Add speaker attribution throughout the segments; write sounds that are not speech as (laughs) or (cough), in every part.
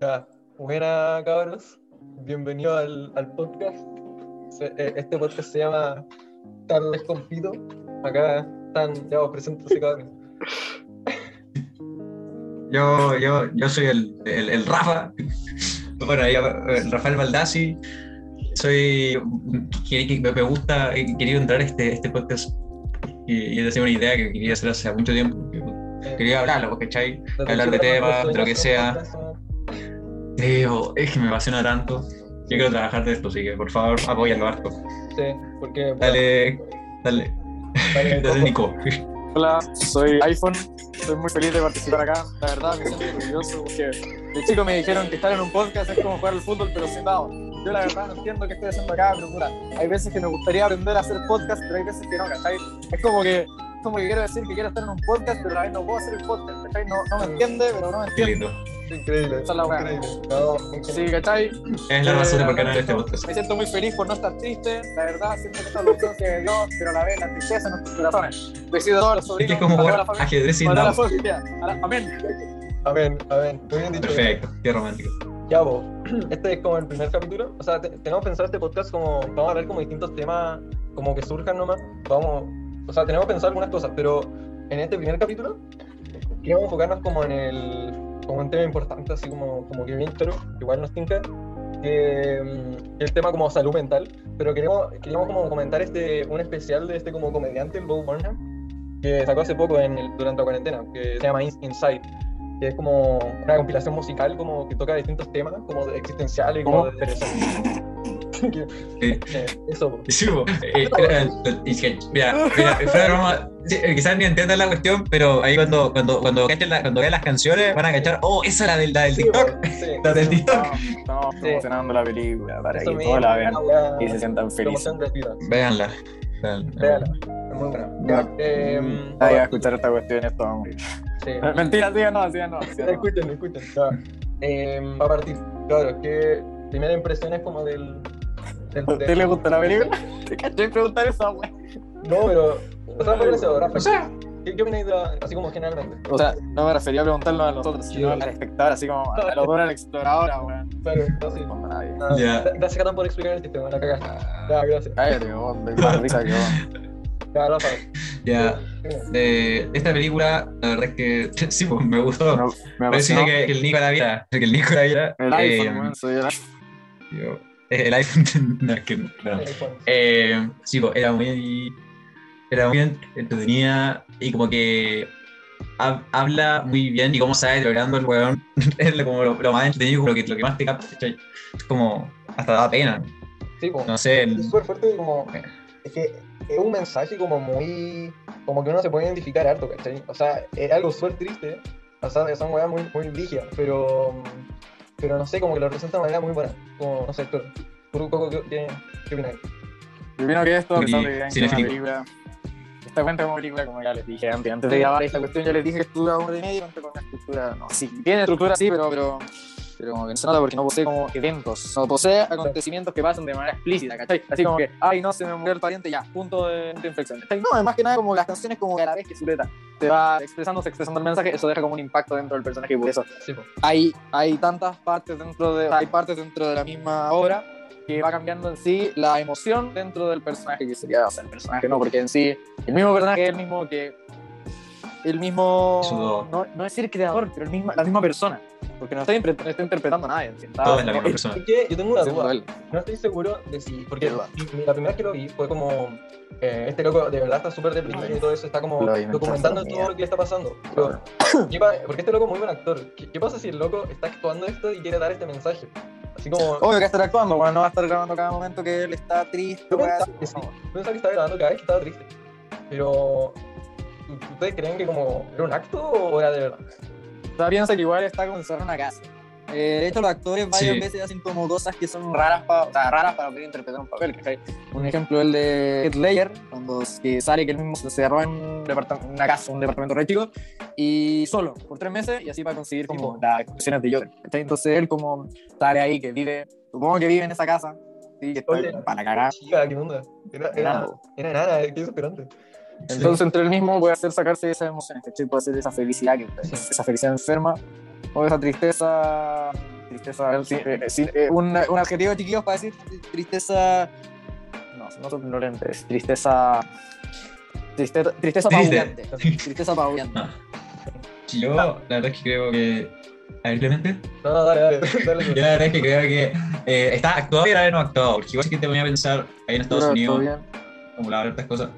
Speaker 1: Ya, buena cabros, bienvenido al, al podcast. Se- eh, este podcast se llama Tardes con Pito. Acá están, ya os presento ese cabrón.
Speaker 2: Yo, yo, yo soy el, el, el Rafa. (laughs) Bueno, ahí, eh, Rafael Baldassi. Soy. que- que Me me gusta, he querido entrar a este, este podcast. Y, y esa es una idea que quería hacer hace mucho tiempo.
Speaker 1: Eh,
Speaker 2: Quería hablarlo, ¿cachai?
Speaker 1: no te
Speaker 2: hablar de
Speaker 1: quiero
Speaker 2: temas,
Speaker 1: más,
Speaker 2: de lo que
Speaker 1: soy
Speaker 2: sea.
Speaker 1: más podcast,
Speaker 2: Creo, es que me apasiona tanto. Yo quiero trabajar de esto, así que por favor, apóyalo harto.
Speaker 1: Sí, porque.
Speaker 2: Dale, dale,
Speaker 1: dale,
Speaker 2: dale, Nico. (laughs)
Speaker 3: Hola, soy iPhone. Estoy muy feliz de participar acá. La verdad, me siento orgulloso porque de chico me dijeron que estar en un podcast es como jugar al fútbol, pero sin dados. Yo la verdad no entiendo qué estoy haciendo acá, pero puta, hay veces que me gustaría aprender a hacer podcast, pero hay veces que no, ¿cachai? Es como que, es como que quiero decir que quiero estar en un podcast, pero a la vez no puedo hacer el podcast, ¿cachai? No, no me entiende, pero no me
Speaker 2: Qué
Speaker 3: entiende.
Speaker 2: lindo.
Speaker 1: Increíble.
Speaker 3: Esa es la weá.
Speaker 1: increíble. No, increíble.
Speaker 3: Sí, ¿cachai?
Speaker 2: Es la
Speaker 3: Eh,
Speaker 2: razón de por qué no
Speaker 3: me
Speaker 2: hay este
Speaker 3: siento-
Speaker 2: podcast.
Speaker 3: Me siento muy feliz por no estar triste. La verdad, siento que esta solución se de Dios, pero a la vez la tristeza en nuestros corazones. Besito a todos los
Speaker 2: Es que
Speaker 3: sobrinos,
Speaker 2: es como
Speaker 3: a toda
Speaker 2: jugar
Speaker 3: la familia.
Speaker 2: ajedrez sin
Speaker 3: Para la
Speaker 2: dados.
Speaker 3: familia. Para- Amén.
Speaker 1: Amén, amén. Muy bien dicho.
Speaker 2: Perfecto, qué romántico.
Speaker 1: Ya, vos. (clears throat) Este es como el primer capítulo. O sea, te- tenemos pensado este podcast como. Vamos a hablar como distintos temas, como que surjan nomás. Vamos. O sea, tenemos pensado algunas cosas, pero en este primer capítulo queremos enfocarnos como en el. como un tema importante, así como, como que bien claro, que igual nos tinca. Que, mm, que el tema como salud mental. Pero queremos, queríamos como comentar este, un especial de este como comediante, el Bob Burnham, que sacó hace poco en el- durante la cuarentena, que se llama In- Inside que es como una compilación musical como que toca distintos temas como de- existenciales y como
Speaker 3: ¿Cómo?
Speaker 1: de (laughs) que-
Speaker 2: Eh.
Speaker 1: eh, eso po.
Speaker 2: Sí, po. Eh, era- es que, mira, mira, fuera de broma, sí, eh, quizás ni entiendan la cuestión, pero ahí cuando, cuando, cuando, cachen la- cuando vean las canciones van a cachar, oh, esa es la del, la del
Speaker 1: Sí,
Speaker 2: TikTok,
Speaker 1: po, sí.
Speaker 2: la del TikTok.
Speaker 3: Estamos promocionando la película para
Speaker 1: Eso
Speaker 3: que
Speaker 1: mismo,
Speaker 3: todos la vean
Speaker 1: una weá-
Speaker 3: y se sientan felices.
Speaker 1: promoción gratuita.
Speaker 2: Véanla.
Speaker 1: Véala, es muy buena.
Speaker 3: Ya.
Speaker 1: Eh,
Speaker 2: Ah,
Speaker 3: Nadie va a escuchar esta cuestión, esto va a morir.
Speaker 1: sí.
Speaker 3: mm. Mentira, sí, no, sí, no. sí, no.
Speaker 1: Escuchen, escuchen. Ya. Eh, va a partir, claro, es que primera impresión es como del... del-
Speaker 3: ¿A usted
Speaker 1: del-
Speaker 3: le gusta la película? (laughs) Te caché de preguntar esa wea.
Speaker 1: no, pero... O sea, por eso, Rafa,
Speaker 2: O sea,
Speaker 1: pues, ¿qué, qué opináis de la- así como generalmente?
Speaker 3: O sea, no me refería a preguntarlo a nosotros, sino al espectador, así como a la dura la exploradora, weón.
Speaker 1: Claro, así.
Speaker 3: No, nadie.
Speaker 1: Ah,
Speaker 2: Ya.
Speaker 1: Gracias, Catán, por explicar el sistema, la cagaste. Ya, gracias.
Speaker 3: Cállate, weón, doy más risa que vos.
Speaker 1: Ya, Rafa.
Speaker 2: ya. Eh, esta película, la verdad es que (laughs) sí, po, me gustó.
Speaker 3: No, Me
Speaker 2: Parece
Speaker 3: apasionó.
Speaker 2: pues que, que el Nico la viera. Que el Nico la viera.
Speaker 3: El
Speaker 2: eh,
Speaker 3: iPhone, weón, soy el iPhone.
Speaker 2: yo- eh, el iPhone. (laughs) no, es que, bueno. Eh, sí, po, era muy. Era muy entretenida y como que hab- habla muy bien y cómo sabe logrando el weón. (laughs) Es lo- como lo, lo más entretenido, como lo que, lo que más te capta, ¿cachai? Es como. Hasta da pena.
Speaker 1: Sí, pues. po.
Speaker 2: No sé.
Speaker 1: Es súper fuerte como... Es que es un mensaje como muy... Como que uno se puede identificar harto, ¿cachai? O sea, es algo súper triste. O sea, son weas muy, muy rígidas, pero... Pero no sé, como que lo representa de manera muy buena. Como, no sé, actor. ¿Tú, Coco, qué, qué, qué opinas?
Speaker 3: Yo opino que esto, a pesar de que
Speaker 2: Sí,
Speaker 3: es una
Speaker 2: cinefílico.
Speaker 3: película, esta cuenta como película, como ya les dije antes, antes de grabar esta cuestión, yo les dije que estructura una y media, cuenta con una estructura, no, sí, tiene estructura, sí, pero, pero, pero como que no se nota porque no posee como eventos, no posee acontecimientos que pasan de manera explícita, ¿cachai? Así como que, ay, no, se me murió el pariente, ya, punto de, punto de inflexión. ¿cachai? No, es más que nada como las canciones como que a la vez que Zuleta te va expresando, se expresando el mensaje, eso deja como un impacto dentro del personaje y por eso
Speaker 1: Sí, pues, po.
Speaker 3: hay, hay tantas partes dentro de hay partes dentro de la misma obra que va cambiando en sí la emoción dentro del personaje que sería o sea, el personaje no porque en sí el mismo personaje es el mismo que el
Speaker 2: Es un
Speaker 3: mismo
Speaker 2: dúo.
Speaker 3: no, no es el creador pero el mismo, la misma persona porque no está, impre- no está interpretando a nadie en sí, está-
Speaker 2: Todo es la
Speaker 3: no,
Speaker 2: misma persona.
Speaker 1: Es que yo tengo una
Speaker 3: está
Speaker 1: duda.
Speaker 3: haciendo él.
Speaker 1: No estoy seguro de si. Porque
Speaker 3: Qué va.
Speaker 1: la primera vez que lo vi fue como. eh, este loco de verdad está súper deprimido y todo eso. Está como
Speaker 3: Lo vi, me
Speaker 1: documentando
Speaker 3: echaste la
Speaker 1: todo lo que le está pasando. Pero, (clears throat) ¿qué pa- porque este loco es muy buen actor. ¿Qué, qué pasa si el loco está actuando esto y quiere dar este mensaje? Así como.
Speaker 3: obvio que va a estar actuando bueno, no va a estar grabando cada momento que él está triste
Speaker 1: Yo
Speaker 3: weá,
Speaker 1: pensaba
Speaker 3: así,
Speaker 1: que sí.
Speaker 3: no.
Speaker 1: Yo pensaba que estaba grabando cada vez que estaba triste. Pero. ¿Ustedes creen que como era un acto o era de verdad?
Speaker 3: O sea, piensa que igual está como encerrado en una casa. Eh, de hecho, los actores varias
Speaker 2: Sí.
Speaker 3: veces hacen como cosas que son raras, pa- o sea, raras para poder interpretar un papel. ¿cachai? Un ejemplo el de Heath Ledger, cuando s- que sale que él mismo se cerró en un departa- una casa, un departamento re chico, y solo, por tres meses, y así para conseguir como las expresiones de Joker. ¿cachai? Entonces él como sale ahí, que vive, supongo que vive en esa casa, ¿sí? que está
Speaker 1: Oye.
Speaker 3: para cagar.
Speaker 1: Chica, ¿qué onda? Era, era,
Speaker 3: Ah. nada.
Speaker 1: era nada, eh, qué desesperante.
Speaker 3: Entonces, entre el mismo puede hacer sacarse esas emociones, ¿cachai? Puede hacer esa felicidad, que,
Speaker 1: Sí.
Speaker 3: esa felicidad enferma, o esa tristeza Tristeza. sí, eh, sí, eh, un, un adjetivo chiquillos para decir tristeza. No, no sorprendente. es Tristeza. Tristeza, tristeza
Speaker 2: Triste.
Speaker 3: apabullante. Tristeza apabullante.
Speaker 2: (laughs) Ah. Yo, la verdad es que creo que. A ver, Clemente.
Speaker 1: No, no, dale, dale, dale.
Speaker 2: Yo la verdad es que creo que eh, está actuado y la verdad no actuado, porque igual si te ponía a pensar ahí en Estados
Speaker 3: Pero, ¿todo
Speaker 2: Unidos,
Speaker 3: bien?
Speaker 2: como la verdad, estas cosas.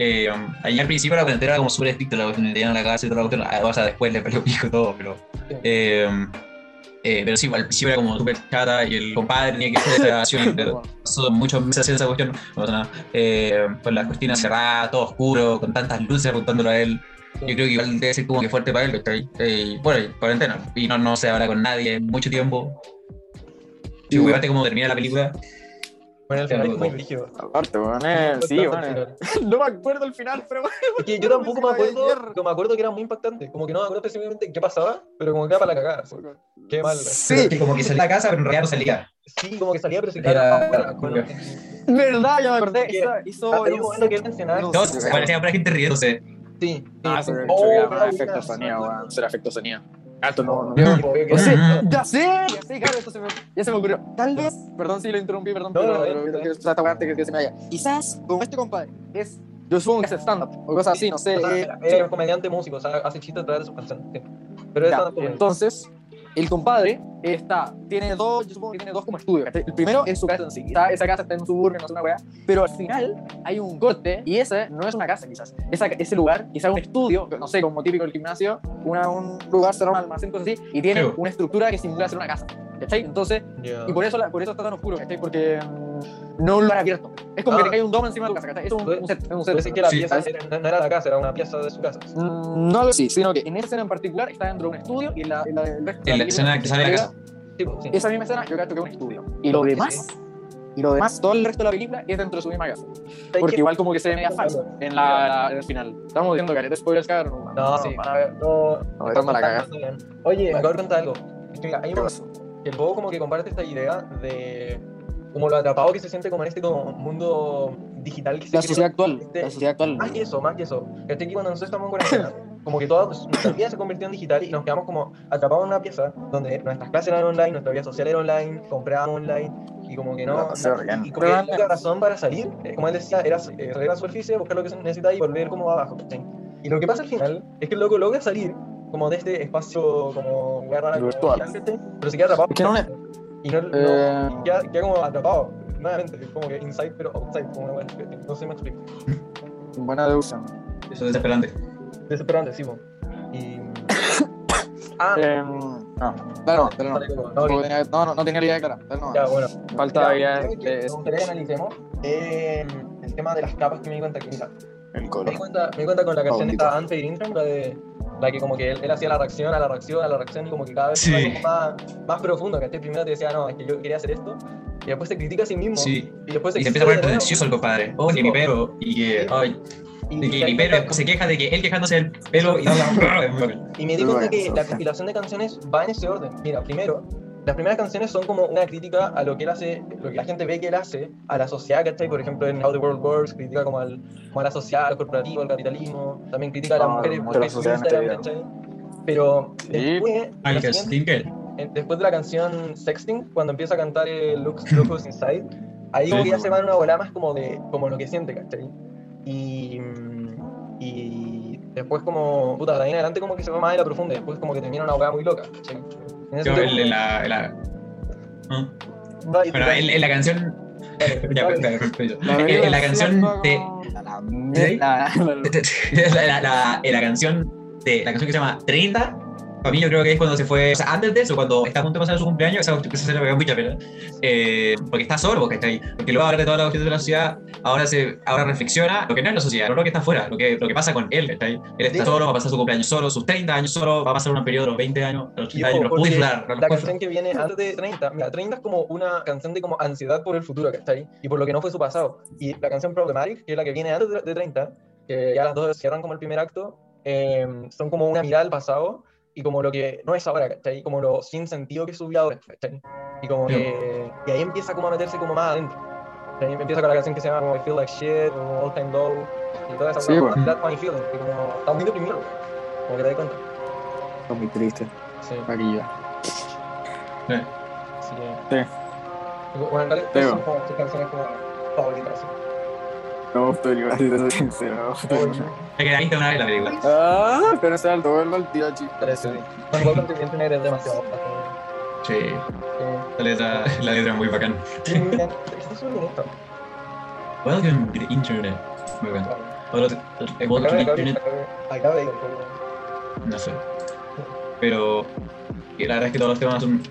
Speaker 2: Eh, um, ahí al principio la cuarentena era como súper estricta, la cuestión, te llevan a la cárcel, toda la cuestión, ah, o sea, después le peleó pico todo, pero. eh, um, eh, pero sí, al principio era como súper chata y el compadre tenía que hacer esa
Speaker 3: (laughs)
Speaker 2: grabación, pero pasó muchos meses haciendo esa cuestión, no pasa nada. Eh, con la cortina cerrada, todo oscuro, con tantas luces apuntándolo a él. Yo creo que igual debe ser como que fuerte para él, ¿cachai? Eh, bueno, y cuarentena, y no, no se habla con nadie mucho tiempo. Y
Speaker 3: Sí,
Speaker 2: aparte como termina la película,
Speaker 1: Bueno, el final es muy rígido.
Speaker 3: Aparte, weón,
Speaker 2: (laughs)
Speaker 3: eh, sí, weón, eh. (laughs) No me acuerdo el final, pero bueno.
Speaker 1: Es que yo tampoco me acuerdo, pero me acuerdo que era muy impactante. Como que no me acuerdo específicamente qué pasaba, pero como que era para la cagada. así. Qué mal.
Speaker 2: pero es
Speaker 3: Sí,
Speaker 2: que como que salía de la casa, pero en realidad no salía.
Speaker 1: Sí, como que salía, pero se
Speaker 2: Era-
Speaker 1: quedaba afuera. Bueno,
Speaker 3: verdad, ya me acordé.
Speaker 1: Porque
Speaker 3: Esa hizo.
Speaker 1: hasta ahí bueno que él mencionaba.
Speaker 3: no
Speaker 2: No,
Speaker 3: sé,
Speaker 2: bueno, sí, habrá gente riéndose.
Speaker 1: Sí.
Speaker 3: Ah, eso
Speaker 1: Oh,
Speaker 3: era
Speaker 1: la
Speaker 3: efecto
Speaker 1: buena.
Speaker 3: sonido, weón. Será efecto sonido. Alto, Ah, no, no.
Speaker 1: No, porque-
Speaker 3: Ya sé,
Speaker 2: Ujú.
Speaker 3: ya sé, ya sé, claro, esto se me, ya se me ocurrió. Tal vez, perdón si lo interrumpí, perdón,
Speaker 1: No,
Speaker 3: pero,
Speaker 1: no,
Speaker 3: pero
Speaker 1: no,
Speaker 3: creo
Speaker 1: no.
Speaker 3: que es trata antes que, que se me vaya. Quizás, como este compadre, es, yo supongo que es stand-up o cosas así, no sé.
Speaker 1: O sea,
Speaker 3: eh,
Speaker 1: Era un comediante músico, o sea, hace chistes atrás de sus canciones. sí. Pero
Speaker 3: Ya,
Speaker 1: eso tampoco.
Speaker 3: entonces, el compadre está, tiene dos, yo supongo que tiene dos como estudios. ¿cachai? El primero es su casa en sí. Está- esa casa está en un suburbio, no es una weá. Pero al final hay un corte y ese no es una casa, quizás. Esa- ese lugar, quizás un estudio, no sé, como típico del gimnasio, una- un lugar cerrado, un almacén, cosas así, y tiene
Speaker 2: Claro.
Speaker 3: una estructura que simula ser una casa. ¿Cachai? Entonces,
Speaker 1: Ya.
Speaker 3: y por eso, la- por eso está tan oscuro, ¿cachai? Porque mm, no lo han abierto. Es como
Speaker 1: Ah.
Speaker 3: que te cae un domo encima de tu casa, ¿cachai? Es un, un set, es un set.
Speaker 1: Pero sí que la
Speaker 2: Sí.
Speaker 1: pieza era- no era la casa, era una pieza de su casa.
Speaker 3: Mm, No lo sí, sino que en esa escena en particular está dentro de un estudio y en la, en la, del resto de
Speaker 2: En la
Speaker 3: película
Speaker 2: escena que sale de la casa.
Speaker 1: Sí, pues, sí.
Speaker 3: Esa misma escena yo creo que es un estudio. Y lo demás, y lo demás, todo el resto de la película es dentro de su misma casa. Porque igual como que se ve media falso en la, en el final. Estamos viendo careta spoilers, cabrón. man.
Speaker 1: No,
Speaker 3: sí,
Speaker 1: sí. a ver, no.
Speaker 3: no, estamos la cagada.
Speaker 1: Oye, me acabo de contar algo. Es que mira, hay un momento que el juego como que comparte esta idea de como lo atrapado que se siente como en este como mundo digital que se
Speaker 3: La
Speaker 1: crea.
Speaker 3: sociedad actual, la sociedad actual.
Speaker 1: Más que eso, más que eso. Este que cuando nosotros estamos en cuarentena, como que toda pues, nuestra vida se convirtió en digital y nos quedamos como atrapados en una pieza donde nuestras clases eran online, nuestra vida social era online, comprábamos online y como que no.
Speaker 3: La pasé bacán.
Speaker 1: y como que la única razón para salir, eh, como él decía, era eh, salir a la superficie, buscar lo que se necesita y volver como abajo. ¿cachai? Y lo que pasa al final es que el loco logra salir como de este espacio como lugar raro, como
Speaker 3: Virtual.
Speaker 1: gigante, ¿cachai? pero se queda atrapado.
Speaker 3: Es que no es-
Speaker 1: Y no,
Speaker 3: Eh.
Speaker 1: no- y queda, queda como atrapado, nuevamente, como que inside pero outside, como una buena No sé si me explico.
Speaker 3: Buena deducción.
Speaker 2: Eso es desesperante.
Speaker 1: Desesperante, sí, po. Y. (coughs) ah,
Speaker 3: Eh, no, claro, pero no. Tampoco tenía- No, no, no tenía la idea clara. pero no.
Speaker 1: ya, bueno.
Speaker 3: Falta
Speaker 1: Ya,
Speaker 3: ya
Speaker 1: creo que Me gustaría que analicemos eh, el tema de las capas que me di cuenta que. mira,
Speaker 3: el
Speaker 1: Me di
Speaker 3: color.
Speaker 1: cuenta, me di cuenta con la canción
Speaker 3: Favorito.
Speaker 1: esta Unfair Intro, la de. La que como que él, él hacía la reacción a la reacción a la reacción y como que cada vez
Speaker 2: Sí.
Speaker 1: iba como más, más profundo, que este primero te decía, no, es que yo quería hacer esto, y después se critica a sí mismo,
Speaker 2: Sí.
Speaker 1: y después
Speaker 2: Y se empieza a poner
Speaker 1: de nuevo,
Speaker 2: pretencioso el compadre. Oh, que mi pero. Y que. Ay,
Speaker 1: y,
Speaker 2: de
Speaker 1: y
Speaker 2: que
Speaker 1: te das
Speaker 2: mi pero.
Speaker 1: cuenta-
Speaker 2: después Se queja de que él quejándose del pelo y no la.
Speaker 1: Y me di cuenta
Speaker 3: Bueno,
Speaker 1: que la
Speaker 3: ok.
Speaker 1: compilación de canciones va en ese orden. Mira, primero, las primeras canciones son como una crítica a lo que él hace, lo que la gente ve que él hace, a la sociedad, ¿cachai? Por ejemplo, en How the World Works, critica como, al, como a la sociedad, al corporativo, al capitalismo, también critica a las
Speaker 3: Ah,
Speaker 1: mujeres
Speaker 3: mucho la
Speaker 1: porque
Speaker 3: sociedad en este
Speaker 1: Instagram, ¿cachai? Pero
Speaker 3: Sí.
Speaker 1: después, la
Speaker 2: Michael
Speaker 1: siguiente-
Speaker 2: Stinker.
Speaker 1: en- eh, después de la canción Sexting, cuando empieza a cantar eh, Look Look Who's Inside, ahí como
Speaker 2: Sí.
Speaker 1: que ya se va en una bola más como de como lo que siente, ¿cachai? Y, mm, y después como, puta, de ahí en adelante como que se va más de la profunda, después como que termina una bola muy loca, ¿cachai? En ese
Speaker 2: Yo,
Speaker 1: sentido,
Speaker 2: el- en la. en la- Ah.
Speaker 1: no hay-
Speaker 2: Bueno, en, en la canción. Ya,
Speaker 1: Dale.
Speaker 2: perfecto, yo. En, en (laughs) la canción de.
Speaker 3: A la mierda.
Speaker 2: la, (laughs) la- la- en la canción de la canción que se llama 30 para mí yo creo que es cuando se fue o sea antes de eso cuando está a punto de pasar su cumpleaños esa cuestión se le pega mucha pena Eh, porque está sorbo ¿cachai? porque luego habla de toda la cuestión de la sociedad ahora se ahora reflexiona lo que no es la sociedad no lo que está afuera lo que, lo que pasa con él ¿cachai? él está
Speaker 1: Sí.
Speaker 2: solo va a pasar su cumpleaños solo sus 30 años solo va a pasar un periodo de los 20 años a los
Speaker 1: Y ojo,
Speaker 2: 30 años no
Speaker 1: porque
Speaker 2: puede inflar no lo
Speaker 1: la
Speaker 2: puede
Speaker 1: canción que viene antes de 30, mira, 30 es como una canción de como ansiedad por el futuro, ¿cachai? Y por lo que no fue su pasado. Y la canción Problematic, que es la que viene antes de, de 30, que ya las dos cierran como el primer acto, eh, son como una mirada al pasado y como lo que no es ahora, ¿cachai? Como lo sin sentido que es su vida ahora, ¿cachai? Y como
Speaker 2: Sí.
Speaker 1: que- y ahí empieza como a meterse como más adentro. ¿cachai? Empieza con la canción que se llama como I Feel Like Shit, o All Time Low, y toda esa
Speaker 3: Sí,
Speaker 1: hueá,
Speaker 3: bueno.
Speaker 1: como, That's My Feeling, que como está muy deprimido, como que te das cuenta.
Speaker 3: Muy triste,
Speaker 1: Sí.
Speaker 3: aquí ya.
Speaker 2: inflar.
Speaker 1: Así que.
Speaker 3: Sí.
Speaker 1: Bueno, en realidad,
Speaker 3: Sí,
Speaker 1: esas
Speaker 3: bueno.
Speaker 1: son como tus canciones como favoritas.
Speaker 3: No, estoy igual, si te soy sincero.
Speaker 2: La que la viste una vez la película.
Speaker 3: Ah, pero se al todo el mal tiro, chico.
Speaker 1: Parece. No puedo porque Viento Negro es demasiado fácil.
Speaker 2: Sí, la letra, la letra es muy bacán.
Speaker 1: Esto es muy bonito.
Speaker 2: Welcome to the internet. Muy bacán. O lo- el
Speaker 1: Acaba de
Speaker 2: Welcome to the
Speaker 1: acaba de-
Speaker 2: internet,
Speaker 1: acaba de ir un poco.
Speaker 2: no sé. Pero y la verdad es que todos los temas son.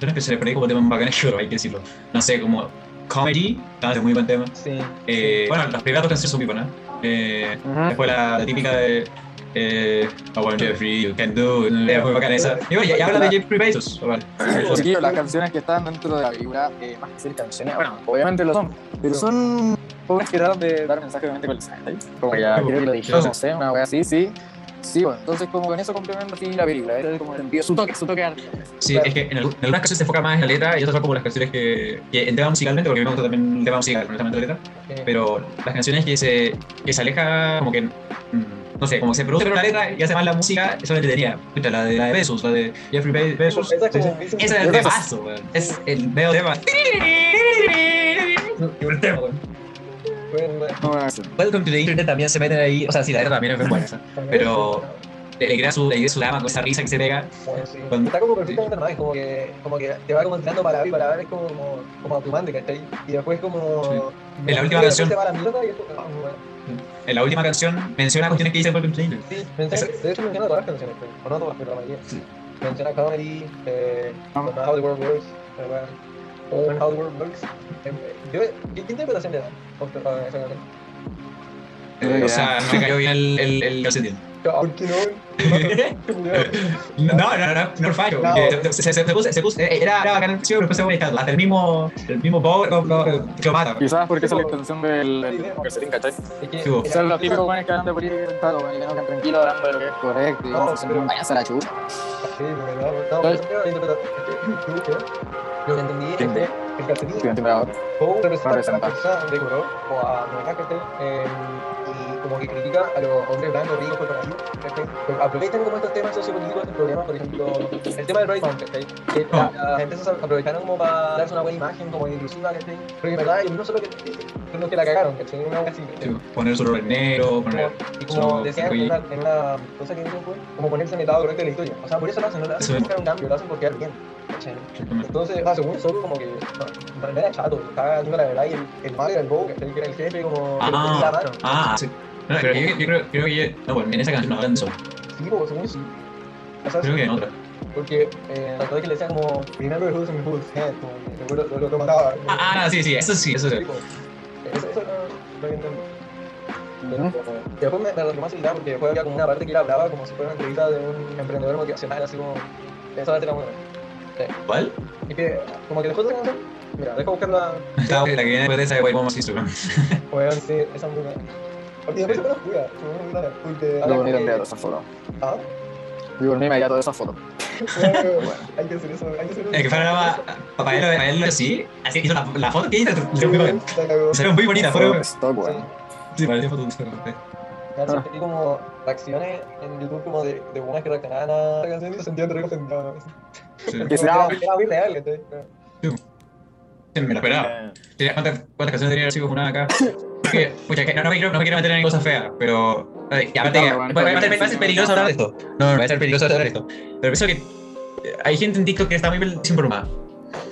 Speaker 2: Son especiales, pero hay como temas bacanes (laughs) que hay que decirlo. No sé, como comedy, también es muy buen tema.
Speaker 1: Sí.
Speaker 2: Eh, bueno, las primeras dos canciones son muy buenas. Eh,
Speaker 3: Ah.
Speaker 2: Después la, la típica de eh, I want Jeffrey, you can do. it. Eh, Fue bacana esa. Y bueno, ya habla de Jeffrey Bezos. Vale.
Speaker 3: Chiquillos, las canciones que están dentro de la película, eh, más que ser canciones, bueno, obviamente lo son, pero son obras que tratan de dar mensaje obviamente con el mensaje, como ya creo que lo dijimos, no sé, una wea así, sí. Sí, bueno, entonces como con eso complementa así la película, ese es como el sentido, su toque, su toque artístico.
Speaker 2: Sí, es que en, algu- en algunas canciones se enfoca más en la letra y otras son como las canciones que, que el tema musicalmente, porque me gusta también el tema musical, no solamente la letra,
Speaker 1: sí.
Speaker 2: pero las canciones que se, que se aleja como que, mm, no sé, como que se produce primero la letra y hace más la música, eso es tenía. Puta, la de, la de Bezos, la de Jeffrey Be- Bezos.
Speaker 1: Esa es
Speaker 2: Ese
Speaker 1: como- esa
Speaker 2: es
Speaker 1: es
Speaker 2: el
Speaker 1: como-
Speaker 2: temazo, weón. Es el medio tema.
Speaker 1: Y un tema, güey. Bueno,
Speaker 3: No, una canción.
Speaker 2: Welcome to the Internet también se meten ahí, o sea, sí, la letra también es muy buena. esa.
Speaker 1: también-
Speaker 2: Pero- Le, le crea su, le crea su drama con esa risa que se pega.
Speaker 1: Bueno, sí.
Speaker 2: Cuando-
Speaker 1: Está como perfectamente normal, como que, como que te va como entrando palabra y palabra, es como, como, como abrumante, ¿cachai? Y después como...
Speaker 2: Sí.
Speaker 1: y
Speaker 2: En la última
Speaker 1: después
Speaker 2: canción.
Speaker 1: se va a la mierda y es como, ah, bueno.
Speaker 2: En la última canción menciona cuestiones que dice Welcome to the Internet.
Speaker 1: Sí, menciona, de hecho menciona todas las canciones, creo. o no todas, pero la mayoría.
Speaker 2: Sí.
Speaker 1: Menciona Comedy, eh,
Speaker 3: Ah.
Speaker 1: How the World Works, eh, bueno, o en How the World Works. Eh, yo- ¿qué, qué interpretación le da Oscar, a esa canción? Ah,
Speaker 2: Eh, o sea, no me cayó bien el, el,
Speaker 1: (laughs)
Speaker 2: el calcetín.
Speaker 1: ¿Por qué ah, no?
Speaker 2: (laughs) No, no, no, no, no fallo.
Speaker 1: No.
Speaker 2: porque Se, se, se, se puso, se puso, eh, era, era bacán el pero después se fue dejando. Hasta el mismo, el mismo Bob lo, lo, lo mata.
Speaker 3: Quizás porque esa es la extensión del, del calcetín, ¿cachai?
Speaker 1: Es que-
Speaker 2: Sí, vos.
Speaker 1: era-
Speaker 3: O sea, los típicos buenos que andan de política y tal, bueno, y que no quedan tranquilos hablando de lo que es correcto, y
Speaker 1: No,
Speaker 3: vamos a hacer
Speaker 1: pero-
Speaker 3: un payaso a la chucha.
Speaker 1: Sí, porque no, no, pero yo creo que interpretar- es que- yo creo que Lo que entendí es
Speaker 3: Sí.
Speaker 1: que el calcetín
Speaker 3: Sí, entiendo ahora.
Speaker 1: Bow representa a
Speaker 3: Representa.
Speaker 1: la persona de color o a mujeres que estén eh, y como que critica a los hombres blancos, ricos, corporativos. ¿cachai? Pero Aprovechan como estos temas sociopolíticos, estos problemas, por ejemplo, el tema del Pride Month, ¿cachai? que la-
Speaker 2: Ah.
Speaker 1: las empresas aprovecharon como para darse una buena imagen, como inclusiva, ¿cachai? pero en verdad ellos no son los que, son los que la cagaron, ¿cachai? Una hueá así, ¿cachai?
Speaker 2: Sí, vos. Poner su rol negro, poner.
Speaker 1: Y como
Speaker 2: Sí,
Speaker 1: decían
Speaker 2: oye.
Speaker 1: en una, en una cosa que dijo, fue como ponerse en el lado correcto de la historia. O sea, por eso lo hacen, no lo hacen
Speaker 2: Sí.
Speaker 1: por buscar un cambio, lo hacen por quedar bien. ¿cachai? Entonces, ah, según eso, como que no, no era chato, estaba haciendo la verdad y el, el malo era el bobo, que era el jefe, como que le tenía la
Speaker 2: Ah,
Speaker 1: mano.
Speaker 2: ah, sí. No, pero yo, yo creo, creo que. No, bueno, en esa canción no hablan de eso.
Speaker 1: Sí, como según eso. O sea,
Speaker 2: Creo que en otra.
Speaker 1: porque eh, trató de que le decía como, remember who's in who's hand, como que el güey lo, lo, lo mataba. ¿no?
Speaker 2: Ah, ah, sí, sí, eso sí, eso sí.
Speaker 1: Sí, como, Eso, eso no, no lo entendí. Pero, Y después me, me lo más similar porque después había como una parte que él hablaba como si fuera una entrevista de un emprendedor motivacional, así como, esa parte era muy buena.
Speaker 2: ¿Cuál?
Speaker 1: Y que, como que después de la canción, mira, deja buscar la,
Speaker 2: Estaba la que viene después de esa de White Mom así, supongo.
Speaker 1: Weón, sí, esa es muy buena. Y después se fue a la oscura, se fue a la oscura, porque
Speaker 3: Yo
Speaker 1: ahora
Speaker 3: volví a
Speaker 1: que-
Speaker 3: enviar toda esa foto.
Speaker 1: Ah,
Speaker 3: Yo volví a enviar toda esa foto. (laughs)
Speaker 1: bueno, hay que hacer eso, hay que hacer eso.
Speaker 2: Es que fue una. Para él, para él, sí. Así hizo la, la foto que hizo.
Speaker 1: Sí, weón, la cagó.
Speaker 2: Se ve muy bonita,
Speaker 3: Foto
Speaker 2: fue.
Speaker 3: de stock, weón.
Speaker 2: Sí, parecía foto de
Speaker 1: Ya
Speaker 3: Ah.
Speaker 1: sentí como reacciones en YouTube como de, de buenas que reaccionaban a la canción y se sentían re ofendidos.
Speaker 2: Sí.
Speaker 1: Como
Speaker 3: Que
Speaker 1: que
Speaker 3: se-
Speaker 1: Era era muy real, ¿cachai?
Speaker 2: Me lo esperaba. Tenía- ¿Cuántas, cuántas canciones tenía así como una acá? Que, pucha, que no, no me quiero, no me quiero meter en cosas feas, pero. ay, y aparte,
Speaker 3: No,
Speaker 2: va,
Speaker 3: bueno,
Speaker 2: va- va a ser,
Speaker 3: porque-
Speaker 2: va a ser peligroso hablar de esto. No, no, va a ser peligroso hablar de esto. Pero pienso que eh, hay gente en TikTok que está muy pel- desinformada.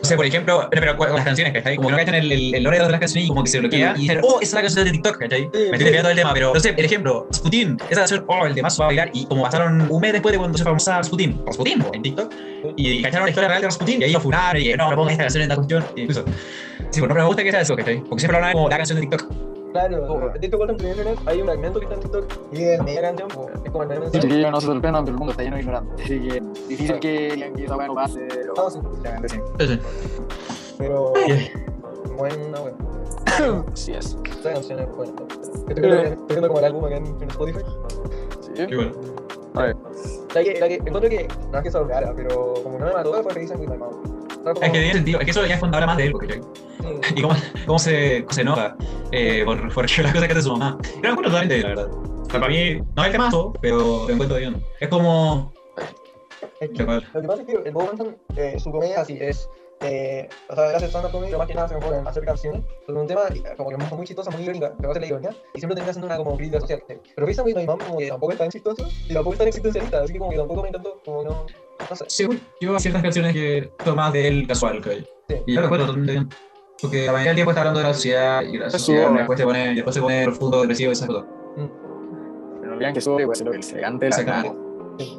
Speaker 2: O sea, por ejemplo, pero, pero con con las canciones, ¿cachai? Como que no cachan el, el, el lore de las canciones y como que se bloquea y dicen, oh, esa es la canción de TikTok, ¿cachai?
Speaker 1: Sí,
Speaker 2: Me
Speaker 1: sí.
Speaker 2: estoy desviando del tema, pero no sé, el ejemplo, Rasputin, esa canción, oh, el temazo va a bailar y como pasaron un mes después de cuando se famosa Rasputin, Rasputin, en TikTok, y cacharon la historia real de Rasputin y ahí lo funaron y que no, no pongas esta canción en la cuestión y eso. Sí, pero no pero me gusta que sea eso, ¿cachai? Porque siempre hablan como la canción de TikTok.
Speaker 1: Claro, de hecho, cuando en internet hay un fragmento que está en TikTok y es media canción, po, es como el meme. ¿sabes?
Speaker 3: Chiquillos, no se sorprendan, pero el mundo está lleno de ignorantes. Así que difícil que digan que esa weá no pase. pero-
Speaker 1: Ah, sí,
Speaker 3: Obviamente sí.
Speaker 1: Pero, bueno, bueno,
Speaker 3: (laughs) Sí es.
Speaker 1: esa canción es buena. pues, Estoy viendo- estoy viendo como el álbum acá en en Spotify.
Speaker 3: Sí.
Speaker 2: Qué bueno.
Speaker 1: La que, la que encuentro que no es que se ahogara, pero como no me mató, fue que dicen que me mató. Fue como- Mm,
Speaker 2: Es que tiene sentido, es que eso ya es cuando habla más de él,
Speaker 1: sí,
Speaker 2: ¿cachai? (laughs) Y cómo, cómo se, se enoja eh, por, por (laughs) las cosas que hace su mamá. Yo lo encuentro totalmente bien, la verdad. O sea, para mí, no es el temazo, pero lo encuentro bien. Es como.
Speaker 1: es que- Lo que pasa es que el Bob Anton, eh, su comedia así es eh, o sea, él hace stand-up comedy, pero más que nada se enfoca en hacer canciones sobre un tema eh, como que muy, muy chistoso, muy irónica, pero hace la ironía, y siempre termina haciendo una como crítica social. eh. Pero piensa muy Mom como que tampoco es tan chistoso, y tampoco es tan existencialista, así que como que tampoco me encantó, como que no, no sé.
Speaker 2: Sí, bueno, yo a ciertas canciones que tomas de él casual, creo yo.
Speaker 1: Sí.
Speaker 2: Y yo recuerdo totalmente bien. Porque la mayoría del tiempo está hablando de la sociedad y la
Speaker 3: Eso,
Speaker 2: sociedad
Speaker 3: ¿no?
Speaker 2: después, te pone, después se pone profundo, depresivo y esas cosas.
Speaker 3: Pero no olviden que sube, pues, lo que se cante la
Speaker 2: Exactamente.
Speaker 1: Sí.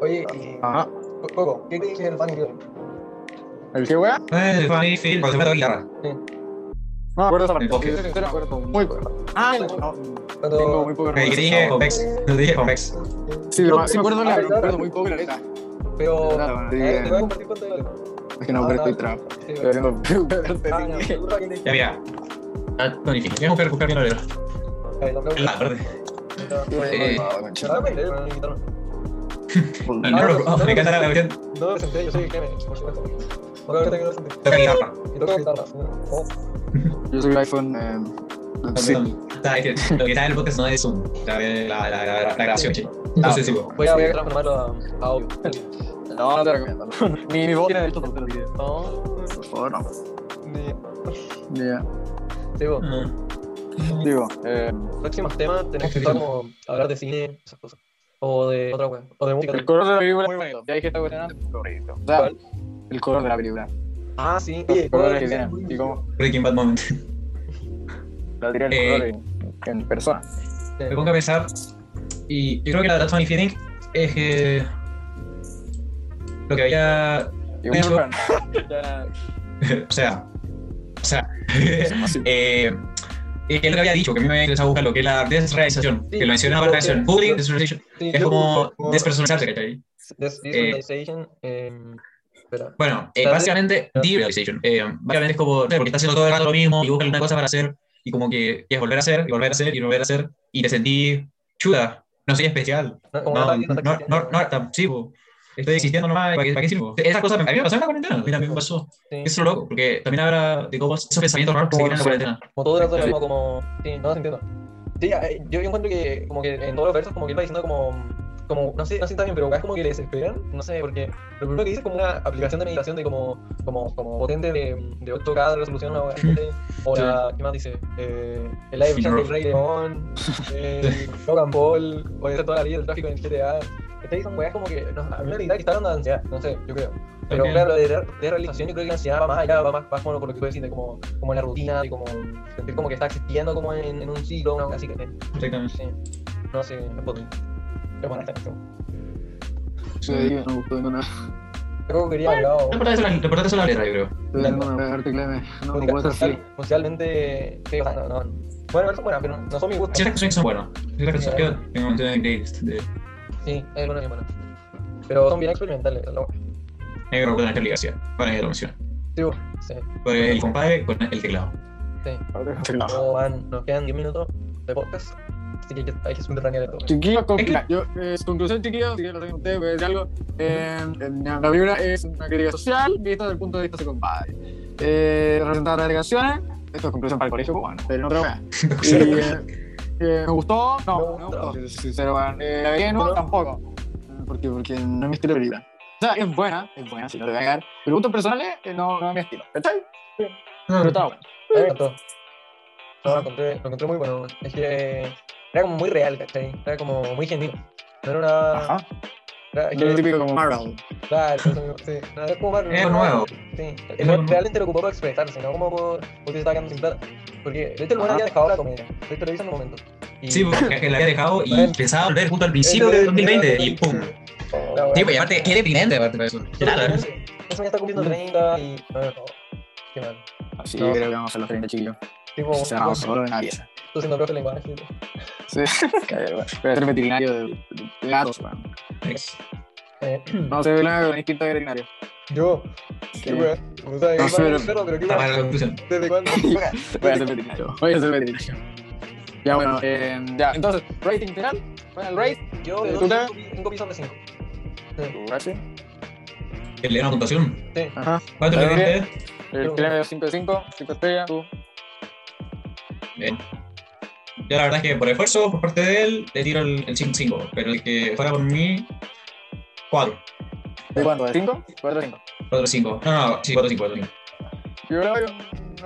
Speaker 1: Oye, y-
Speaker 3: Ajá.
Speaker 1: Co- Coco, ¿qué crees que es el fan interior?
Speaker 3: ¿El Ah, qué, weá?
Speaker 2: Eh, fue a mí, Phil, cuando se me la guitarra.
Speaker 3: No me acuerdo esa parte.
Speaker 2: El poker.
Speaker 3: Yo, sincero, me acuerdo muy poco. Ah,
Speaker 1: el-
Speaker 3: no. Tengo
Speaker 1: Cuando,
Speaker 3: muy poco
Speaker 2: Ok, ¿qué te dije?
Speaker 3: recuerdo.
Speaker 2: Convex. Te dije Convex.
Speaker 3: Sí, pero sí me acuerdo la
Speaker 1: Ah,
Speaker 3: me acuerdo
Speaker 1: verdad.
Speaker 3: muy poco la letra. Sí,
Speaker 1: pero, eh, te voy a
Speaker 3: eh,
Speaker 1: compartir cuánto de valor.
Speaker 3: Es que no, pero estoy trap.
Speaker 1: Sí,
Speaker 3: Estoy
Speaker 1: bueno.
Speaker 3: (laughs) haciendo
Speaker 1: Ah, no,
Speaker 3: peor.
Speaker 1: seguro alguien
Speaker 2: Ya,
Speaker 1: dice-
Speaker 2: mira. Ah, Tony Phil. Vamos a buscar bien la letra.
Speaker 1: A ver, la pregunta.
Speaker 2: La verde.
Speaker 1: No,
Speaker 2: Eh,
Speaker 3: Ah,
Speaker 1: no, me leí, me invitaron.
Speaker 2: El negro. Oh, Me encanta la canción.
Speaker 1: No me senté, yo soy Clemen, por supuesto. Porque ahorita que no me senté.
Speaker 2: Toca guitarra.
Speaker 1: Y toco guitarras. ¿no? Oh,
Speaker 3: Yo soy el iPhone. eh, Sí.
Speaker 2: O sea, es que Lo que está en el podcast no es Zoom. o sea, es La la- la- la grabación, che. Entonces, sí, bueno.
Speaker 1: Voy a voy a transformarlo a a audio.
Speaker 3: No, no te recomiendo. Mi, mi voz tiene derecho a torcer el video.
Speaker 1: No,
Speaker 3: Por favor, Oh, no.
Speaker 1: ni-
Speaker 3: Ya.
Speaker 1: Sí, bueno.
Speaker 2: Mm.
Speaker 3: Digo, eh,
Speaker 1: Próximos temas, tenemos que
Speaker 2: Este
Speaker 1: estar como hablar de cine, esas cosas. O de otra wea. O de música.
Speaker 3: el color de la película es muy bonito. Ya dije esta cuestión antes. Correcto. O sea,
Speaker 1: ¿Cuál?
Speaker 3: el color de la película.
Speaker 1: Ah, sí.
Speaker 3: Los
Speaker 1: oye,
Speaker 3: colores
Speaker 1: sí,
Speaker 3: que tiene.
Speaker 1: muy
Speaker 3: Y cómo
Speaker 2: Breaking Bad Moment.
Speaker 3: la tiré el
Speaker 2: Eh.
Speaker 3: color en, en persona.
Speaker 2: me
Speaker 1: bien.
Speaker 2: pongo a pensar y yo creo que la verdad Tony Feeling es que lo que había
Speaker 3: Y
Speaker 2: Eso.
Speaker 3: un fan. (laughs) Ya.
Speaker 2: o sea o sea (laughs)
Speaker 3: Sí.
Speaker 2: eh, es lo que había dicho que a mí me interesaba buscar lo que es la desrealización
Speaker 1: Sí,
Speaker 2: que lo menciona
Speaker 1: porque-
Speaker 2: para la bullying desrealización
Speaker 1: Sí,
Speaker 2: es
Speaker 1: yo-
Speaker 2: como despersonalizarse ¿cachai?
Speaker 1: Des- Desorganization, em, espera.
Speaker 2: bueno eh,
Speaker 1: Claro.
Speaker 2: básicamente derealization eh, básicamente es como no sé, porque estás haciendo todo el rato lo mismo y buscas una cosa para hacer y como que quieres volver a hacer y volver a hacer y volver a hacer y te sentí chuda no soy especial
Speaker 1: No, como
Speaker 2: No,
Speaker 1: nadie
Speaker 2: no,
Speaker 1: está
Speaker 2: no,
Speaker 1: existiendo.
Speaker 2: no, no, tam- sí, po. Estoy existiendo nomás, ¿para qué, para qué sirvo? Esas cosas me, a mí me pasaron en la cuarentena, mira, a mí me pasó.
Speaker 1: Sí,
Speaker 2: Eso es lo loco, porque también habrá de cómo esos pensamientos raros que se
Speaker 3: Como
Speaker 2: quedan en la cuarentena.
Speaker 1: Como todo el rato era
Speaker 2: Sí.
Speaker 1: como, como- Sí, no se entiendo. Sí, eh, yo yo encuentro que como que en todos los versos como que él va diciendo como... Como, no sé, no sé si está bien, pero es como que le desesperan, no sé, porque lo primero que dice es como una aplicación de meditación de como, como, como potente de, de 8K de resolución o, o la, ¿qué más dice? Eh, el live
Speaker 2: Sí,
Speaker 1: action
Speaker 2: no.
Speaker 1: del Rey
Speaker 2: (laughs)
Speaker 1: León, eh, Logan Paul, o de toda la vida del tráfico en el GTA. Estas son weas como que, no, a mí me da que está dando ansiedad, no sé, yo creo. Pero
Speaker 2: Ok.
Speaker 1: claro, de, de realización yo creo que la ansiedad va más allá, va más, más como lo, con lo que tú decís, de como, como en la rutina, de como sentir como que está existiendo como en, en un ciclo, una, así que
Speaker 2: Mm. Exactamente.
Speaker 1: sí, no sé, no puedo. Pero bueno, está esto.
Speaker 3: Sí, no me gustó ninguna.
Speaker 1: Creo que quería hablar
Speaker 2: Lo importante es la- lo importante es la letra, yo creo.
Speaker 3: Estoy dando una de arte clave. No me puedo hacer así.
Speaker 1: social, socialmente, sí, o sea, no, no. Bueno, versos buenas, pero no son mi gusto.
Speaker 2: Ciertas canciones son buenas. Ciertas canciones que tengo un montón de playlist de
Speaker 1: Sí, es bueno, es bueno. Pero son bien experimentales, la wea.
Speaker 2: negro con esta ligación. Para que lo mencione.
Speaker 1: Sí, bo, sí,
Speaker 2: Porque el compadre con el teclado.
Speaker 1: sí.
Speaker 3: No.
Speaker 1: No, van, nos quedan 10 minutos de podcast, así que hay que- hay que subterranear esto.
Speaker 3: Chiquillos, con...
Speaker 2: Es (laughs) que-
Speaker 3: yo, eh, conclusión, chiquillos, si quieren lo tengo ustedes, voy a decir algo. Eh, la película es una crítica social vista desde el punto de vista de su compadre. Eh, representar delegaciones, esto es conclusión para el colegio cubano, pero no creo (laughs) que. ¿Me eh, gustó? No, no me gustó, si soy sincero, weón. Eh, ¿La vería no?
Speaker 1: No.
Speaker 3: Tampoco. Porque, porque no es mi estilo de película. O sea, es buena, es buena, si no te voy a negar. Pero gustos personales, eh, no, no es mi estilo. ¿Está bien?
Speaker 1: eh,
Speaker 3: Pero está bueno.
Speaker 1: A mí me encantó. No, lo encontré, lo encontré muy bueno. Es que era como muy real, ¿cachai? Era como muy genuino. No era una.
Speaker 3: Ajá.
Speaker 1: Era, es
Speaker 3: Es lo
Speaker 1: que,
Speaker 3: típico como Marvel.
Speaker 1: claro, eso mismo, sí. No, era como Marvel.
Speaker 2: Es nuevo.
Speaker 1: Sí. El weón
Speaker 2: Es nuevo.
Speaker 1: realmente lo ocupó para expresarse, no como por, porque se estaba quedando sin plata. Porque, de hecho, el buen
Speaker 3: Ajá.
Speaker 1: había dejado la comedia. De hecho, lo hizo en un momento. Y-
Speaker 2: Sí, porque la había dejado y
Speaker 1: Bueno.
Speaker 2: pensaba volver junto al principio del 2020 y pum.
Speaker 1: La weá.
Speaker 2: Sí, pues y aparte, qué deprimente aparte de eso. Claro.
Speaker 1: Eso ya está cumpliendo 30 y. No, no, no. Qué mal.
Speaker 3: Así
Speaker 1: No.
Speaker 3: que creo que vamos a los 30 chiquillos.
Speaker 1: Tipo,
Speaker 3: Cerramos solo en la pieza.
Speaker 1: tú siendo profe de lenguaje.
Speaker 3: Sí, que, bueno, voy a ser veterinario de, de gatos, weón.
Speaker 1: Eh,
Speaker 3: No sé, una un instinto veterinario.
Speaker 1: yo, qué
Speaker 3: Voy
Speaker 1: wea. O sea,
Speaker 3: No,
Speaker 1: iba a ser
Speaker 3: sí,
Speaker 1: perro, pero qué wea.
Speaker 2: Está para la conclusión.
Speaker 1: ¿Desde cuándo?
Speaker 3: a ser veterinario. Voy a ser veterinario. Ya, bueno, eh, ya. Entonces, rating final. Bueno, el rate.
Speaker 1: Yo
Speaker 3: ¿Tú
Speaker 1: le doy
Speaker 3: te-
Speaker 1: 5 pisos de 5.
Speaker 3: Rating.
Speaker 2: Le dieron puntuación.
Speaker 3: Ajá.
Speaker 2: ¿Cuánto le dieron
Speaker 3: Está bien.
Speaker 2: ustedes?
Speaker 3: El premio 5 de 5, 5 estrellas. Tú.
Speaker 2: Eh, yo la verdad es que por esfuerzo, por parte de él, le tiro el 5-5, pero el que fuera por mí, 4.
Speaker 3: ¿De cuánto? ¿De 5? 4 5.
Speaker 2: 4, 5. No, no, sí, 4, 5.
Speaker 3: Yo creo que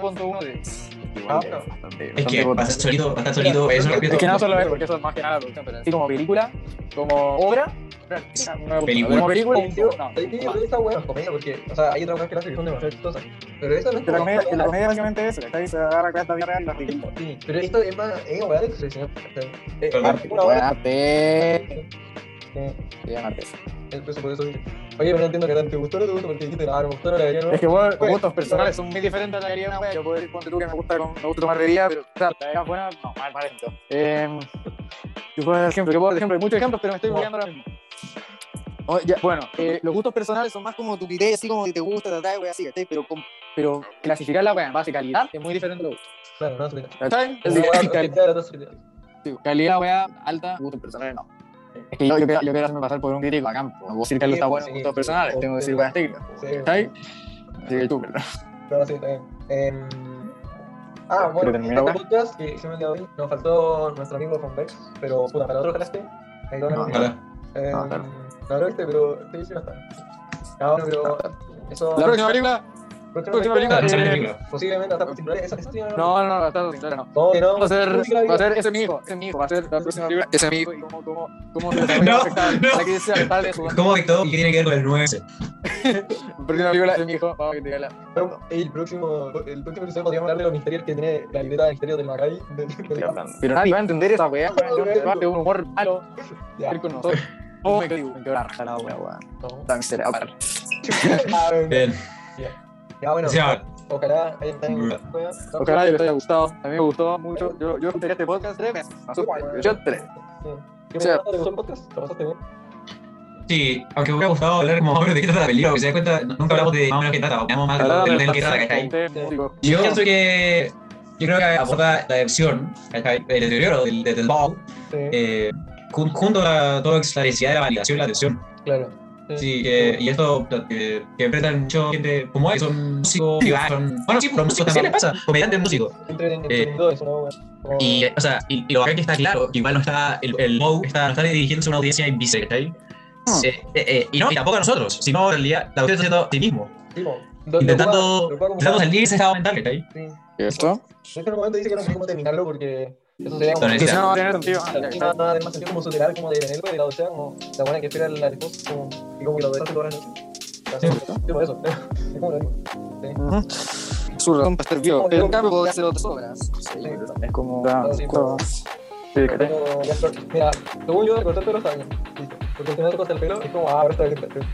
Speaker 3: un 9.13.
Speaker 1: Ah,
Speaker 4: Igual es
Speaker 1: pero-
Speaker 4: bastante,
Speaker 2: Es
Speaker 4: bastante
Speaker 2: que
Speaker 4: bueno.
Speaker 2: bastante solito, bastante solito. Eso
Speaker 3: Es que
Speaker 2: respeto.
Speaker 3: no solo es, porque eso es más que nada la producción, pero así como película, como obra, no me gusta.
Speaker 2: Película.
Speaker 3: Como película,
Speaker 1: Oye, tío,
Speaker 3: no,
Speaker 1: ¿sabes qué? Yo
Speaker 3: no.
Speaker 1: creo que esa hueá es comedia, porque, o sea, hay otras cosas que la hacen que son demasiado chistosas. Pero esa no es
Speaker 3: Que La
Speaker 1: como-
Speaker 3: comedia, que la comedia básicamente es eso, que ahí se agarra con esta vida real y la ridícula.
Speaker 1: Sí, pero esto es más, es una hueá de obsesión. o sea, eh,
Speaker 2: Pero-
Speaker 1: arte, una hueá-
Speaker 3: arte.
Speaker 1: eh,
Speaker 3: Se llama arte.
Speaker 1: el peso por eso dice, Oye, pero no entiendo que tanto te gustó o no te gustó porque dijiste, ah, no me gustó, no la vería, ¿no?
Speaker 3: Es que bueno,
Speaker 1: Bueno.
Speaker 3: gustos personales son muy diferentes a la mayoría de una wea. Yo puedo decir, ponte tú que me gusta, con- me gusta tomar bebida, pero claro, la bebida buena, no, mal, mal ejemplo. Eh, yo puedo dar ejemplo, yo puedo dar ejemplo, hay muchos ejemplos, pero me estoy bloqueando ahora mismo. Oh, ya, bueno, eh, los gustos personales son más como tu criterio, así como si te gusta, te atrae, wea, así, ¿cachai? Pero, con- pero clasificar la wea en base a calidad es muy diferente a los gustos.
Speaker 1: Claro, no, subida.
Speaker 3: ¿Cachai? Es
Speaker 1: Una
Speaker 3: decir,
Speaker 1: hueá de
Speaker 3: cal-
Speaker 1: obsesión, la otra subida.
Speaker 3: sí, calidad, wea, alta, gustos personales, no. Es que yo, yo, quiero- yo quiero hacerme pasar por un crítico a campo. No puedo decir que algo está bueno en gustos personales, tengo que decir weas técnicas.
Speaker 1: Sí,
Speaker 3: ¿Cachai? Así que tú, ¿verdad?
Speaker 1: Claro, sí, está bien. Em, ah,
Speaker 3: ¿Pero
Speaker 1: bueno,
Speaker 3: terminó
Speaker 1: este
Speaker 3: acá?
Speaker 1: podcast que hicimos el día de hoy, nos faltó nuestro amigo Fonvex, pero puta, para otro jalaste. Ahí lo van a
Speaker 4: No,
Speaker 1: tener.
Speaker 2: Ojalá.
Speaker 1: Em,
Speaker 3: Ah,
Speaker 4: no, claro.
Speaker 1: No lo viste, pero estoy diciendo hasta. Ah, bueno, pero eso.
Speaker 3: La próxima película. próxima película,
Speaker 2: Ah, no,
Speaker 3: eh,
Speaker 2: sale el micro.
Speaker 1: Posiblemente hasta posiblemente. Esa, esa sí, no.
Speaker 3: No, no, no, está sincero, no.
Speaker 1: No, que no.
Speaker 3: Va a ser,
Speaker 1: Música de
Speaker 3: va a
Speaker 1: vida.
Speaker 3: ser ese es mi hijo, ese es mi hijo, va a ser la próxima película, ese es mi hijo y cómo, cómo, cómo se desarrolla
Speaker 2: No,
Speaker 3: afecta
Speaker 2: no.
Speaker 3: la crisis actual de su
Speaker 2: ¿Cómo que todo? ¿Y qué tiene que ver con el 9?
Speaker 3: próxima película, ese es mi hijo, vamos a que te la...
Speaker 1: Pero el próximo, el próximo episodio podríamos hablar de los misterios que tiene la libreta de misterios del Macay. del- del-
Speaker 4: Estoy hablando.
Speaker 3: Pero nadie va a entender esa weá,
Speaker 1: No,
Speaker 3: weón,
Speaker 1: no,
Speaker 3: yo de un humor malo,
Speaker 1: Ya.
Speaker 3: ir con nosotros. Oh, me quedo, me quedo la raja la weá, weón.
Speaker 1: (laughs) No.
Speaker 3: Está miserable.
Speaker 1: Ah, bueno.
Speaker 2: Bien.
Speaker 1: Ya, Ah, bueno.
Speaker 2: Sí, ahora.
Speaker 1: Ojalá hayan estado en-
Speaker 3: Ojalá les haya gustado, a mí me gustó mucho, yo, yo escuché este podcast tres veces, no supe, yo tres.
Speaker 1: Sí. ¿Qué
Speaker 3: O sea-
Speaker 1: pasa? ¿Te gustó el podcast? ¿Lo pasaste bien?
Speaker 2: Sí, aunque me hubiera gustado hablar como hombre de qué trata la película, porque se da cuenta, nunca hablamos de más o menos qué trata, hablamos más de lo-
Speaker 3: Ahora
Speaker 2: de
Speaker 3: me
Speaker 2: lo que trata,
Speaker 3: pasé
Speaker 2: ¿cachai?
Speaker 3: con ustedes, músicos.
Speaker 2: Yo pienso que. Yo creo que aborda la depresión, ¿cachai? el deterioro del, del, del Bob,
Speaker 1: Sí,
Speaker 2: eh, jun- junto a toda la necesidad de la validación y la atención.
Speaker 1: claro.
Speaker 2: Sí, que- y esto que, que enfrentan mucha gente como él, que son músicos, privados, son, bueno, sí, pero músicos también les pasa, comediantes músicos.
Speaker 1: Entretenido eso, ¿no? Como-
Speaker 2: eh, Y, o sea, y, y lo bacán que está claro, que igual no está, el, el Moe está, no está dirigiéndose a una audiencia invisible, ¿cachai?
Speaker 1: Ah.
Speaker 3: Hmm.
Speaker 2: Eh, eh, eh, y no, y tampoco a nosotros, sino en realidad la audiencia está haciendo a sí mismo,
Speaker 1: Sí, como- lo- lo
Speaker 2: intentando,
Speaker 1: puedo- lo puedo
Speaker 2: intentando
Speaker 1: como-
Speaker 2: salir de ese estado mental, ¿cachai?
Speaker 1: Sí.
Speaker 3: ¿Esto?
Speaker 1: En este momento dice que no sé cómo terminarlo porque eso sería como...
Speaker 2: Entonces,
Speaker 3: Que si no, no va a tener sentido. Ah, ya,
Speaker 1: Nada,
Speaker 3: ya.
Speaker 1: nada, nada más sentido como superar, como detenerlo de la docea, como la buena que espera el arco, como, y como que lo dejaste todas las noches. Así, sí, por eso. (laughs) Es como lo mismo.
Speaker 3: Ujú. Su razón para estar vivo. Pero en cambio podría hacer otras obras. Sí, pero también es como. Ah,
Speaker 1: Sí,
Speaker 3: como- Sí, ¿cachai?
Speaker 1: Pero, ya, pero, mira, según yo, cortar el pelo está bien. listo. Porque si no te corta el pelo, es como, ah, ahora está bien. está bien.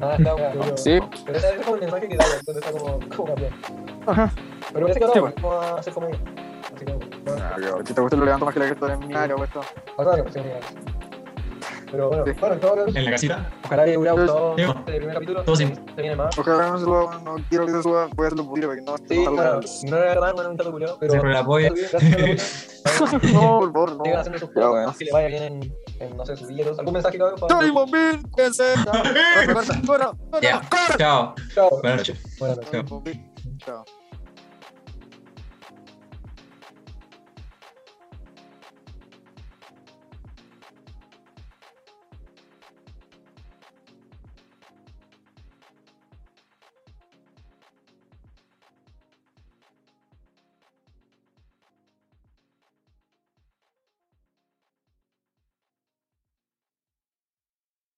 Speaker 1: Nada, está
Speaker 2: (laughs)
Speaker 1: bueno, pero-
Speaker 3: Sí.
Speaker 1: Pero esa- ese es como el mensaje que da, entonces está como, como cambiar.
Speaker 3: Ajá.
Speaker 1: Pero parece que ahora
Speaker 3: Sí,
Speaker 1: vamos a hacer comedia. Así que, bueno,
Speaker 3: Si te gusta lo levanto más que la que estoy en mi área, puesto.
Speaker 1: ahora la próxima llegada. Pero bueno,
Speaker 3: Sí.
Speaker 1: bueno, chao, Carlos.
Speaker 2: En la casita.
Speaker 1: Ojalá que hubiera gustado
Speaker 2: Sí.
Speaker 1: este primer capítulo.
Speaker 2: Todo
Speaker 1: Se
Speaker 2: sin-
Speaker 1: viene más.
Speaker 3: Ojalá no se suba, no quiero que se suba, voy a hacerlo posible para que no
Speaker 1: Sí,
Speaker 3: no
Speaker 1: bueno,
Speaker 3: salga.
Speaker 1: no era verdad, no era un tanto culiao, pero.
Speaker 2: Siempre el apoyo. (laughs)
Speaker 1: Gracias por la
Speaker 3: (laughs) No, por favor, no.
Speaker 1: Sigan haciendo sus
Speaker 3: Ya,
Speaker 1: cosas,
Speaker 3: bueno.
Speaker 1: que le vaya bien en, en, no sé, sus videos. ¿Algún mensaje que haga?
Speaker 3: ¡Tony Bombín! ¡Que se! ¡Corta, corta, corta!
Speaker 2: Ya. Chao.
Speaker 1: Chao.
Speaker 2: Buenas noches.
Speaker 1: Buenas noches.
Speaker 3: Tony Bombín. Chao.